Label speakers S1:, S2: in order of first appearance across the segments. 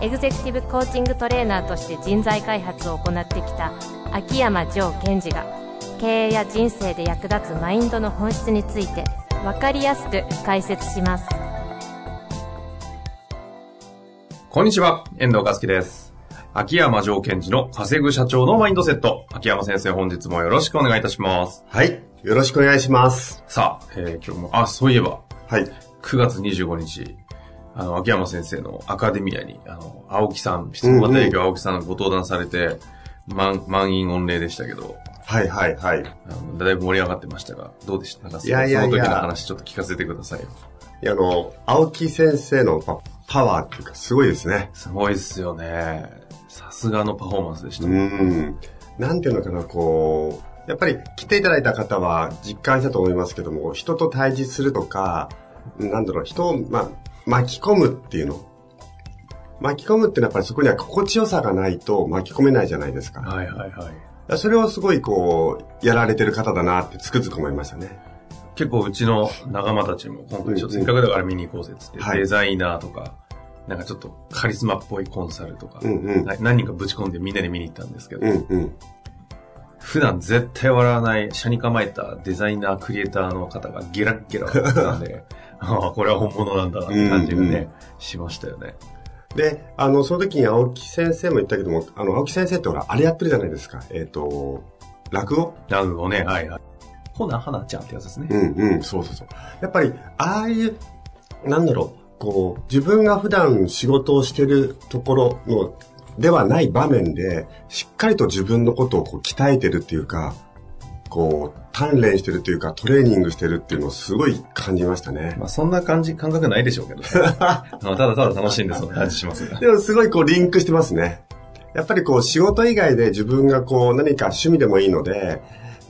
S1: エグゼクティブコーチングトレーナーとして人材開発を行ってきた秋山城賢治が経営や人生で役立つマインドの本質について分かりやすく解説します
S2: こんにちは、遠藤和樹です。秋山城賢治の稼ぐ社長のマインドセット。秋山先生、本日もよろしくお願いいたします。
S3: はい。よろしくお願いします。
S2: さあ、えー今日も、あ、そういえば、
S3: はい。
S2: 9月25日、あの、秋山先生のアカデミアに、あの、青木さん、質問型営業青木さんがご登壇されて、満、満員御礼でしたけど、
S3: はいはいはい。
S2: あのだいぶ盛り上がってましたが、どうでしたなんかそ
S3: いやいやいや
S2: その時の話ちょっと聞かせてくださいよ。
S3: いやあの、青木先生のまパワーっていうかすごいですね。
S2: すごいっすよね。さすがのパフォーマンスでした。
S3: うん。なんていうのかな、こう、やっぱり来ていただいた方は実感したと思いますけども、人と対峙するとか、なんだろう、人を、まあ、巻き込むっていうの。巻き込むってのはやっぱりそこには心地よさがないと巻き込めないじゃないですか。だか
S2: はいはいはい。
S3: らそれをすごいこう、やられてる方だなってつくづく思いましたね。
S2: 結構うちの仲間たちも今回ちょっとせっかくだから見に行こうぜっつって、
S3: はい
S2: デザイナーとか、なんかちょっとカリスマっぽいコンサルとか、
S3: うんうん
S2: な何人かぶち込んでみんなで見に行ったんですけど、
S3: うんうん。
S2: 普段絶対笑わない、車に構えたデザイナー、クリエイターの方がゲラッゲラ笑ってたん で、ああ、これは本物なんだなって感じがね、
S3: うんうん
S2: しましたよね。
S3: で、あの、その時に青木先生も言ったけども、あの、青木先生ってほら、あれやってるじゃないですか。えっ、と、落語
S2: なるほどね、はいはい。ほな、はなちゃんってやつですね。
S3: うんうん、そうそうそう。やっぱり、ああいう、なんだろう、こう、自分が普段仕事をしてるところの、ではない場面で、しっかりと自分のことをこう鍛えてるっていうか、こう、鍛錬してるっていうか、トレーニングしてるっていうのをすごい感じましたね。
S2: まあそんな感じ、感覚ないでしょうけど、 ね、あのただただ楽しんでそんな感じしますが。
S3: でもすごいこうリンクしてますね。やっぱりこう仕事以外で自分がこう何か趣味でもいいので、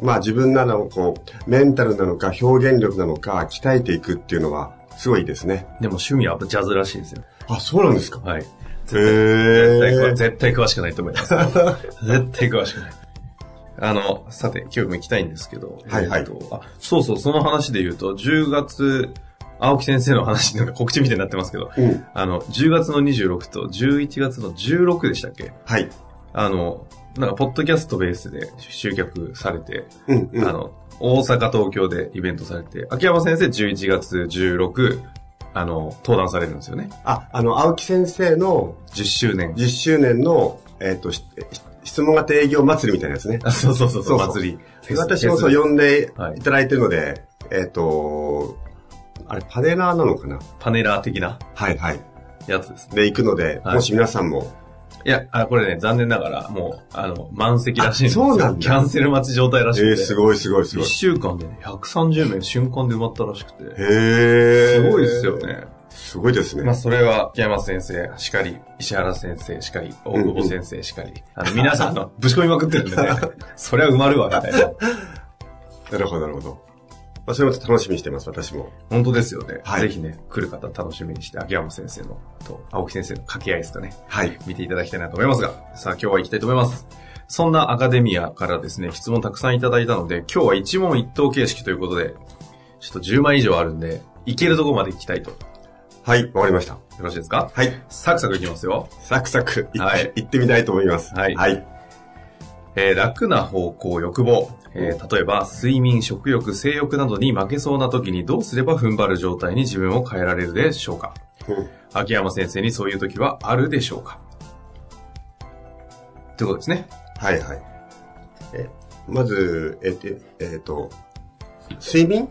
S3: まあ自分なのこうメンタルなのか表現力なのか鍛えていくっていうのはすごいですね。
S2: でも趣味はジャズらしいですよ。
S3: あ、そうなんですか
S2: はい。
S3: へ
S2: 絶対詳
S3: え。
S2: 絶対詳しくないと思い ます。絶対詳しくない。あの、さて、今日も行きたいんですけど、
S3: はいはい
S2: えっとあそうそう、その話で言うと、10月、青木先生の 話なんか告知みたいになってますけど、
S3: うん。
S2: あの、10月の26と11月の16でしたっけ
S3: はい。
S2: あの、なんか、ポッドキャストベースで集客されて、
S3: うん、うん。
S2: あの、大阪、東京でイベントされて、秋山先生11月16、あの、登壇されるんですよね。
S3: あ、あの、青木先生の
S2: 10周年。
S3: 10周年の、えっ、と、し質問型営業祭りみたいなやつね。
S2: あそうそうそうそう、
S3: そうそう
S2: 祭り。フェス
S3: 私も
S2: フェス
S3: そう呼んで
S2: はい
S3: いただいてるので、えっ、と、あれパネラーなのかな
S2: パネラー的な
S3: はいはい。
S2: やつですね。
S3: で行くので、
S2: はい
S3: もし皆さんも、
S2: いや、あこれね、残念ながら、もう、あの、満席らしいんですよ
S3: あそうなんだ
S2: キャンセル待ち状態らし
S3: え
S2: くて。
S3: ー、すごいすごいすご
S2: 1
S3: い。
S2: 週間でね、130名瞬間で埋まったらしく
S3: へ
S2: て。
S3: え。
S2: すごいですよ。ね。
S3: すごいです
S2: まあ、
S3: ね。
S2: それは、木山先生しかり、石原先生しかり、大久保先生しかり、あの皆さんのぶち込みまくってるんで ね、それは埋まるわ、みたいな。
S3: なるほど、なるほど。まあ、それも楽しみにしてます、私も。
S2: 本当ですよね。
S3: はい
S2: ぜひね、来る方楽しみにして、秋山先生のと青木先生の掛け合いですかね。
S3: はい。
S2: 見ていただきたいなと思いますが、さあ今日は行きたいと思います。そんなアカデミアからですね、質問たくさんいただいたので、今日は一問一答形式ということで、ちょっと10枚以上あるんで、行けるとこまで行きたいと。よ
S3: はい、わかりました。
S2: ろしいですか
S3: はい。
S2: サクサクいきますよ。
S3: サクサク、い
S2: はい
S3: 行ってみたいと思います。
S2: はい
S3: はい。
S2: えー楽な方向、欲望。えー例えば、睡眠、食欲、性欲などに負けそうな時にどうすれば踏ん張る状態に自分を変えられるでしょうか
S3: うん
S2: 秋山先生にそういう時はあるでしょうかということですね。
S3: はい、はい。え、まず、えっ、とえっと、睡眠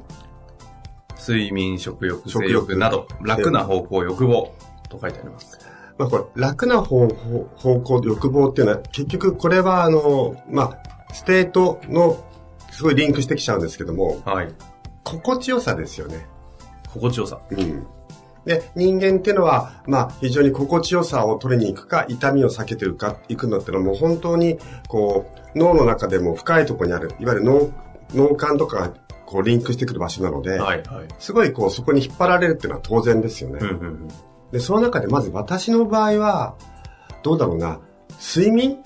S2: 睡眠、食欲、
S3: 食欲
S2: 性欲など、楽な方向、欲望と書いてあります。
S3: まあ、これ、楽な方方方向、欲望っていうのは、結局これは、あの、まあ、ステートの、すごいリンクしてきちゃうんですけども、
S2: はい。
S3: 心地よさですよね。
S2: 心地よさ。
S3: うん。で、人間ってのは、まあ、非常に心地よさを取りに行くか、痛みを避けてるか、行くのってのはもう本当に、こう、脳の中でも深いところにある、いわゆる脳、脳幹とかが、こう、リンクしてくる場所なの
S2: は
S3: で、
S2: いはい。
S3: すごい、こう、そこに引っ張られるっていうのは当然ですよね。
S2: うんうんうん。
S3: で、その中でまず私の場合は、どうだろうな、睡眠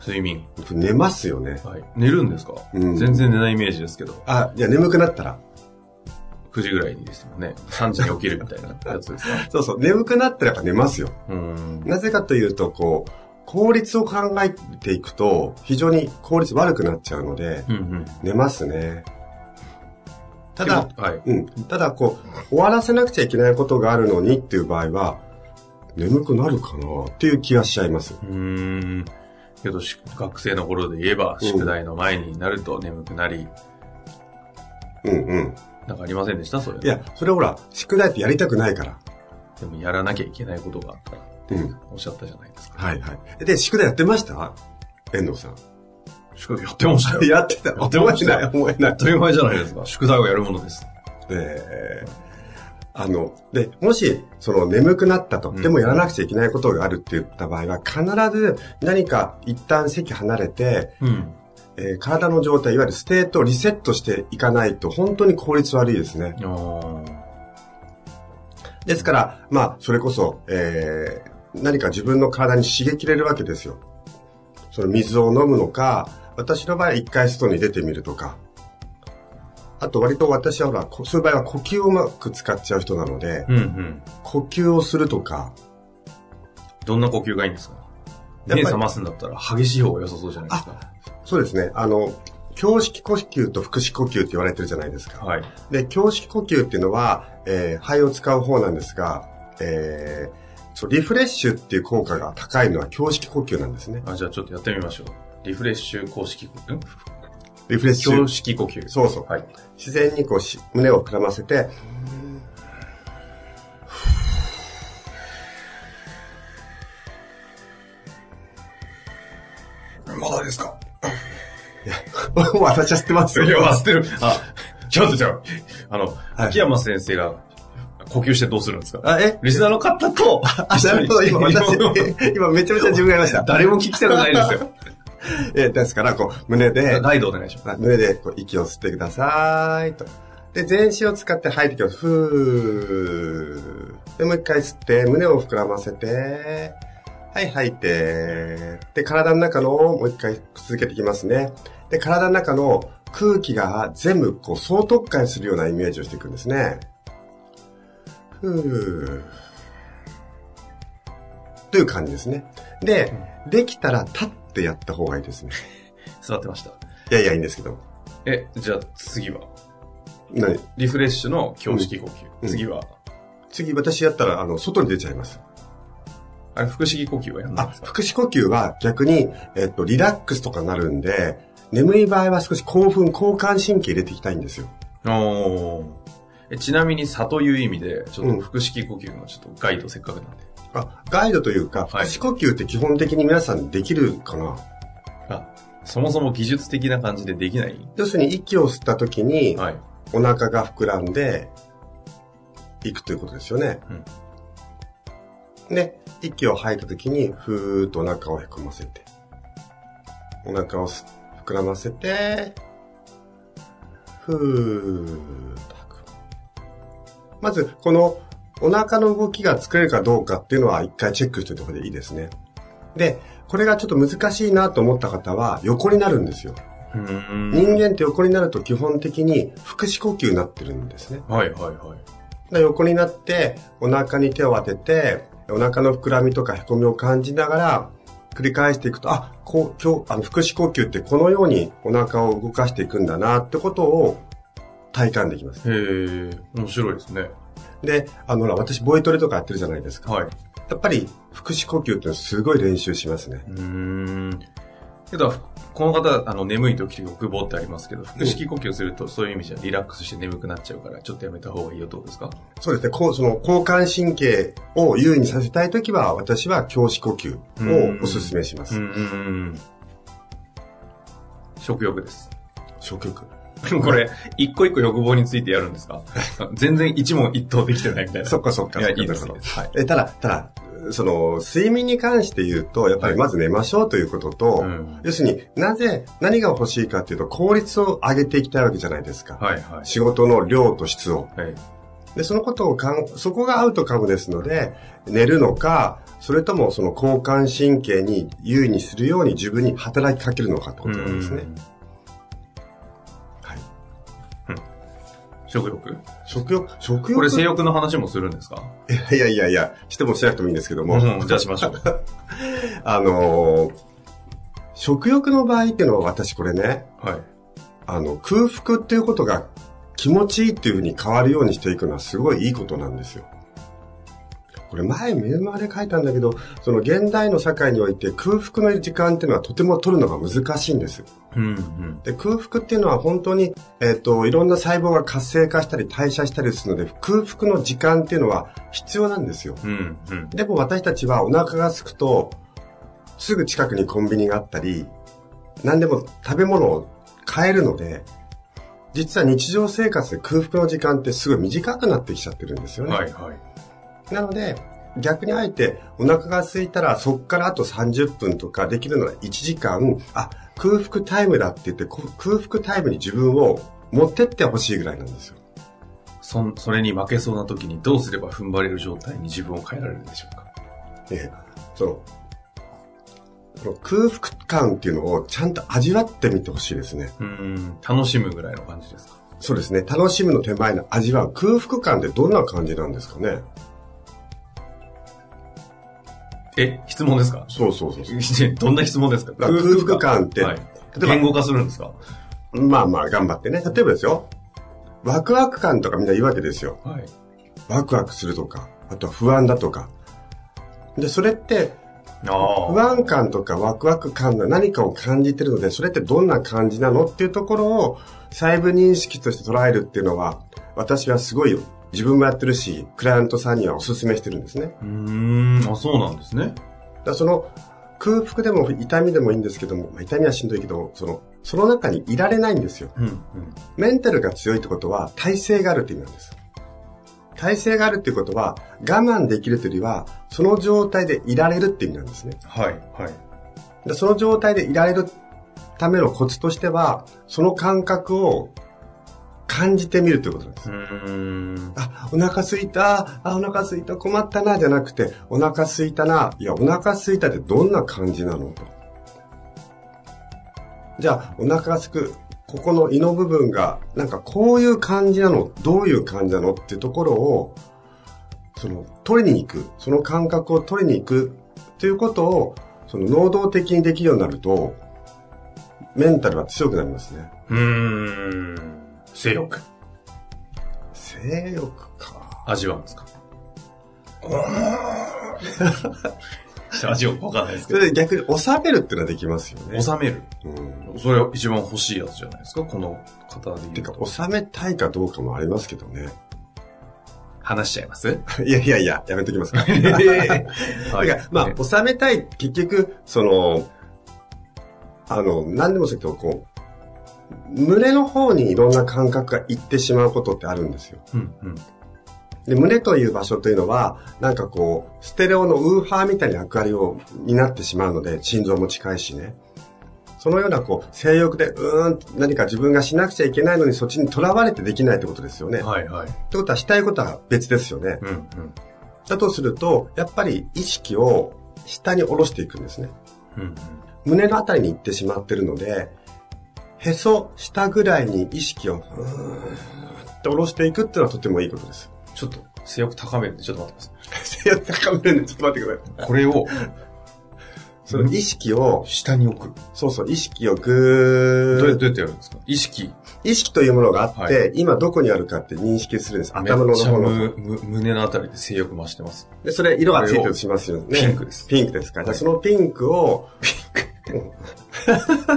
S2: 睡眠。
S3: 僕寝ますよね。
S2: はい。寝るんですか、
S3: うん
S2: 全然寝ないイメージですけど、
S3: あ、いや、眠くなったら。
S2: 9時ぐらいにですもんね。3時に起きるみたいなやつですか
S3: そうそう、眠くなったらやっぱ寝ますよ。
S2: うーん。
S3: なぜかというと、こう、効率を考えていくと、非常に効率悪くなっちゃうので、
S2: うんうん。
S3: 寝ますね。ただ、
S2: でも、はい。
S3: うん。ただ、こう、終わらせなくちゃいけないことがあるのにっていう場合は、眠くなるかなっていう気がしちゃいます。
S2: うーん。けど、し学生の頃で言えば、
S3: うん
S2: 宿題の前になると眠くなり、
S3: うんうん。
S2: なんかありませんでしたそういうの
S3: いや、それほら、宿題ってやりたくないから。
S2: でも、やらなきゃいけないことがあったら、
S3: うん。
S2: おっしゃったじゃないですか。
S3: はいはい。で、宿題やってました遠藤さん。
S2: 宿題やってましたよ。
S3: やってた。
S2: やってましたよ
S3: 覚えない、
S2: 当たり前じゃないですか。宿題をやるものです。
S3: 覚えない。えーあの、で、もし、その、眠くなったと、
S2: うん
S3: でもやらなくちゃいけないことがあるって言った場合は、必ず何か一旦席離れて、
S2: うん。
S3: えー体の状態、いわゆるステートをリセットしていかないと、本当に効率悪いですね。
S2: あー
S3: ですから、まあ、それこそ、えー何か自分の体に刺激入れるわけですよ。その水を飲むのか、私の場合は一回外に出てみるとか。あと割と私はほら、こそういう場合は呼吸をうまく使っちゃう人なので、
S2: うんうん。
S3: 呼吸をするとか、
S2: どんな呼吸がいいんですか
S3: やっぱり
S2: 目覚ますんだったら激しい方が良さそうじゃないですか。
S3: そうですね、あの、胸式呼吸と腹式呼吸って言われてるじゃないですか。
S2: はい。
S3: で、胸式呼吸っていうのは、えー肺を使う方なんですが、えーそう、リフレッシュっていう効果が高いのは胸式呼吸なんですね。
S2: あ、じゃあちょっとやってみましょう。リフレッシュ公式、ん
S3: リフレッシュ。
S2: 胸式呼吸。
S3: そうそう
S2: はい。
S3: 自然にこうし胸を膨らませて、
S2: まだですか
S3: 私は知ってます
S2: いや、
S3: よ。
S2: 忘れてる。あ、ちょっとじゃあ、あの、
S3: い
S2: 秋山先生が呼吸してどうするんですか
S3: あ、 え
S2: リスナーの方と、
S3: あ、なるほど、今私、 今めちゃめちゃ自分がやりました。
S2: 誰も聞きたくないです よ。
S3: えーですから、こう、胸 で、
S2: ガイドお願いします。
S3: あ胸でこう息を吸ってくださいと。で、全身を使って吐いてきます。ふー。で、もう一回吸って、胸を膨らませて、はい、吐いて、で、体の中の、もう一回続けていきますね。で、体の中の空気が全部、こう、総特化するようなイメージをしていくんですね。ふー。という感じですね。で、できたら立ってやった方がいいですね。
S2: 座ってました。
S3: いやいや、いいんですけど。
S2: え、じゃあ次は、
S3: 何
S2: リフレッシュの胸式呼吸。
S3: うん
S2: 次は、
S3: 次、私やったら、あの、外に出ちゃいます。
S2: あれ、腹式呼吸はやんないん
S3: あ
S2: です、か
S3: 腹式呼吸は逆に、えっと、リラックスとかなるんで、眠い場合は少し興奮、交感神経入れていきたいんですよ。
S2: おーえちなみに差という意味で、ちょ
S3: う
S2: っ
S3: ん
S2: と腹式呼吸のちょっとガイドせっかくなんで。
S3: あ、ガイドというか、腹式呼吸って基本的に皆さんできるかな、
S2: あ、そもそも技術的な感じでできない
S3: 要するに息を吸った時に、
S2: はい。
S3: お腹が膨らんで、いくということですよね。で、息を吐いた時に、ふーっとお腹をへこませて、お腹をす膨らませて、ふーっと吐く。まず、このお腹の動きが作れるかどうかっていうのは一回チェックしておいた方がいいですね。で、これがちょっと難しいなと思った方は横になるんですよ。
S2: うーん
S3: 人間って横になると基本的に腹式呼吸になってるんですね。だか
S2: はいはいはい。
S3: ら横になってお腹に手を当てて、お腹の膨らみとかへこみを感じながら繰り返していくと、あ、こう、今日、あの、腹式呼吸ってこのようにお腹を動かしていくんだなってことを体感できます。
S2: へえ、面白いですね。
S3: で、あの、ほら、私、ボイトレとかやってるじゃないですか。
S2: はい。
S3: やっぱり、腹式呼吸っていうのはすごい練習しますね。
S2: うーん。けど、この方、あの、眠い時と欲望ってありますけど、腹式呼吸するとそういう意味じゃリラックスして眠くなっちゃうから、ちょっとやめた方がいいよ、どうですか
S3: そうですね、こう、その、交感神経を優位にさせたいときは、私は胸式呼吸をおすすめします。
S2: ん。食欲です。
S3: 食欲。
S2: でもこれ、一個一個欲望についてやるんですか全然一問一答できてないみたいな。
S3: そっかそっか。
S2: いや、
S3: そ
S2: い
S3: っか
S2: いです
S3: そっ
S2: ね
S3: か。
S2: はい。
S3: えただ、ただ、その、睡眠に関して言うと、やっぱりまず寝ましょうということと、
S2: うん
S3: 要するになぜ、何が欲しいかっていうと、効率を上げていきたいわけじゃないですか。
S2: はい、は
S3: 仕事の量と質を。
S2: い。はい。
S3: で、そのことをかん、そこがアウトカムですので、寝るのか、それともその交感神経に優位にするように自分に働きかけるのかってことなんですね。
S2: うん
S3: はい。
S2: 食欲
S3: 食欲、食欲
S2: これ性欲の話もするんですか
S3: いやいやいや、してもしなくてもいいんですけども、
S2: うん、じゃあしましょう。
S3: あのー食欲の場合っていうのは私これね、
S2: はい。
S3: あの、空腹っていうことが気持ちいいっていうふうに変わるようにしていくのはすごいいいことなんですよ。これ前メーマーで書いたんだけど、その現代の社会において空腹の時間っていうのはとても取るのが難しいんです。
S2: うん、うん。
S3: で、空腹っていうのは本当に、えっ、と、いろんな細胞が活性化したり代謝したりするので、空腹の時間っていうのは必要なんですよ。
S2: うん、うん。
S3: でも私たちはお腹が空くと、すぐ近くにコンビニがあったり、何でも食べ物を買えるので、実は日常生活で空腹の時間ってすごい短くなってきちゃってるんですよね。
S2: はい、はい。
S3: なので、逆にあえてお腹が空いたらそっからあと30分とかできるなら1時間、あ、空腹タイムだって言ってこ空腹タイムに自分を持ってってほしいぐらいなんですよ。
S2: そん、それに負けそうな時にどうすれば踏ん張れる状態に自分を変えられるんでしょうか
S3: ええその、その空腹感っていうのをちゃんと味わってみてほしいですね。
S2: うん、楽しむぐらいの感じですか
S3: そうですね。楽しむの手前の味わう空腹感ってどんな感じなんですかね
S2: え、質問ですか
S3: そうそうそうそう。
S2: どんな質問ですか
S3: 空腹感って
S2: はい
S3: 例えば
S2: 言語化するんですか
S3: まあまあ頑張ってね。例えばですよ。ワクワク感とかみんな言うわけですよ。
S2: はい。
S3: ワクワクするとか、あとは不安だとか。で、それって、
S2: ああ。
S3: 不安感とかワクワク感が何かを感じてるので、それってどんな感じなのっていうところを細部認識として捉えるっていうのは、私はすごい自分もやってるし、クライアントさんにはお勧めしてるんですね。
S2: うーん、あ、そうなんですね。
S3: だからその空腹でも痛みでもいいんですけども、まあ痛みはしんどいけど、その、その中にいられないんですよ。
S2: うん、うん。
S3: メンタルが強いってことは体勢があるって意味なんです。体勢があるってことは我慢できるというよりは、その状態でいられるって意味なんですね。
S2: はい、はい。
S3: でその状態でいられるためのコツとしては、その感覚を感じてみるということなんです。
S2: うーん。
S3: あ、お腹すいた、あ、お腹すいた、困ったな、じゃなくて、お腹すいたな、いや、お腹すいたってどんな感じなのと。じゃあ、お腹がすく、ここの胃の部分が、なんかこういう感じなの、どういう感じなのっていうところを、その、取りに行く、その感覚を取りに行く、ということを、その、能動的にできるようになると、メンタルは強くなりますね。
S2: うーん。性欲。
S3: 性欲か。
S2: 味わうんですかちょ味はわかんないです
S3: そ
S2: けど。
S3: れで逆に収めるっていうのはできますよね。
S2: 収める。
S3: うん
S2: それは一番欲しいやつじゃないですかこの方で
S3: て
S2: 言う
S3: か、
S2: と。
S3: 収めたいかどうかもありますけどね。
S2: 話しちゃいます
S3: いやいやいや、やめときますか。
S2: ええ
S3: だから、まあ、収めたい、結局、その、あの、何でもそうけど、こう、胸の方にいろんな感覚がいってしまうことってあるんですよ。
S2: うん、うん。
S3: で、胸という場所というのは、なんかこう、ステレオのウーハーみたいな役割を、になってしまうので、心臓も近いしね。そのような、こう、性欲で、うーん、何か自分がしなくちゃいけないのに、そっちにとらわれてできないってことですよね。
S2: はい、はい。
S3: ってことは、したいことは別ですよね。
S2: うん、うん。
S3: だとすると、やっぱり意識を下に下ろしていくんですね。
S2: うんうん、
S3: 胸のあたりに行ってしまってるので、へそ、下ぐらいに意識を、うーんって下ろしていくっていうのはとてもいいことです。
S2: ちょっと、性欲高めるんで、ちょっと待ってくだ
S3: 性欲高めるんで、ちょっと待ってください。
S2: さい。これ を、
S3: その意識を、
S2: 下に置く。
S3: そうそう、意識を
S2: どうや
S3: ぐ
S2: どうやってやるんですか意識。
S3: ー、意識というものがあって、
S2: は
S3: 今どこにあるかって認識するんです。頭の
S2: めっちゃ
S3: 方の。
S2: むむ胸のあたりで性欲増してます。
S3: で、それ色がついてるとしますよね。
S2: ピンクです
S3: ピンクですか。じゃあそのピンクを、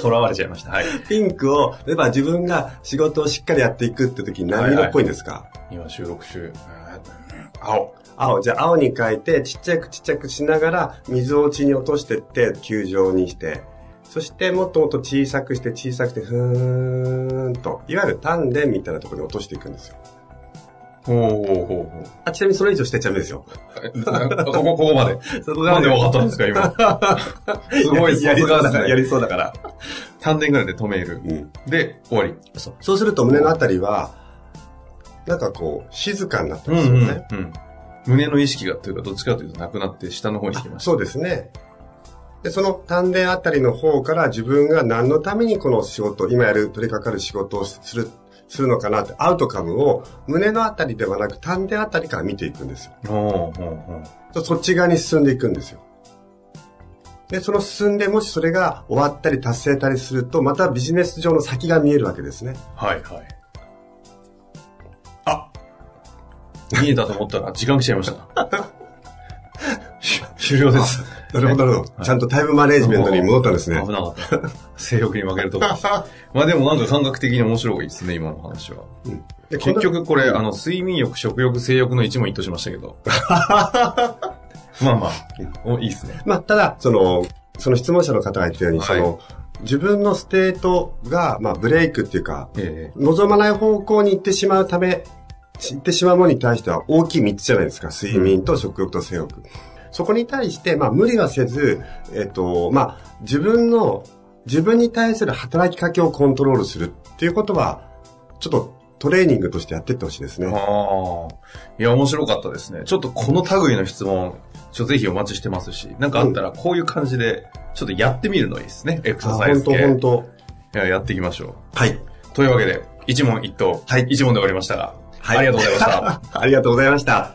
S2: 囚われちゃいました。はい。
S3: ピンクを、例えば自分が仕事をしっかりやっていくって時に何色っぽいんですか、
S2: 今収録中。青。
S3: 青、じゃあ青に変えて、ちっちゃくちっちゃくしながら、水落ちに落としてって、球状にして、そしてもっともっと小さくして小さくて、ふーんと、いわゆる丹田みたいなところに落としていくんですよ。
S2: ほうほうほう
S3: あ、ちなみにそれ以上してっちゃダメですよ。
S2: ほう。こ こ、ここまで。
S3: そこ
S2: なんで分かったんですか、今。 すごい、さ
S3: やり
S2: す
S3: そう
S2: がで
S3: だか
S2: す
S3: ら、や
S2: ね。
S3: りそうだから。
S2: 丹田ぐらいで止める。
S3: うん。
S2: で、終わり。
S3: そうそうすると胸のあたりは、なんかこう、静かになったんですよね。
S2: うん。胸の意識が、というか、どっちかというとなくなって、下の方に行きました。
S3: そうですね。で、その丹田あたりの方から自分が何のためにこの仕事、今やる、取り掛かる仕事をする、するのかなって、アウトカムを胸のあたりではなく丹田あたりから見ていくんですよ。
S2: ほうほうほ
S3: そそっち側に進んでいくんですよ。で、その進んで、もしそれが終わったり達成たりすると、またビジネス上の先が見えるわけですね。
S2: う。はいはい。あ見えたと思ったら、時間来ちゃいま した。終了です。
S3: なるほど、なるほど。
S2: はい
S3: ちゃんとタイムマネジメントに戻ったんですね。
S2: 危なかった。性欲に負けるとこです。まあでもなんか感覚的に面白いですね、今の話は。
S3: で
S2: 結、
S3: こ
S2: 局これ、あの、睡眠欲、食欲、性欲の一問一答しましたけ ど。まあまあ、おいいですね。
S3: んなまあ、ただ、その、その質問者の方が言ったように、
S2: はい
S3: その、自分のステートが、まあ、ブレイクっていうか、
S2: え
S3: 望まない方向に行ってしまうため、行ってしまうものに対しては大きい3つじゃないですか。睡眠と食欲と性欲。そこに対して、まあ無理はせず、えっ、と、まあ自分の、自分に対する働きかけをコントロールするっていうことは、ちょっとトレーニングとしてやってってほしいです
S2: え
S3: ね。
S2: ああ。いや、面白かったですね。ちょっとこの類の質問、ちょっとぜひお待ちしてますし、なんかあったらこういう感じで、ちょっとやってみるのいいですね。エクササイ
S3: 本
S2: ズ系。
S3: 当本当
S2: いや、やっていきましょ
S3: はい。
S2: う。というわけで、一問一答。
S3: はい
S2: 一問で終わりましたが、ありがとうございました。
S3: た。ありがとうございました。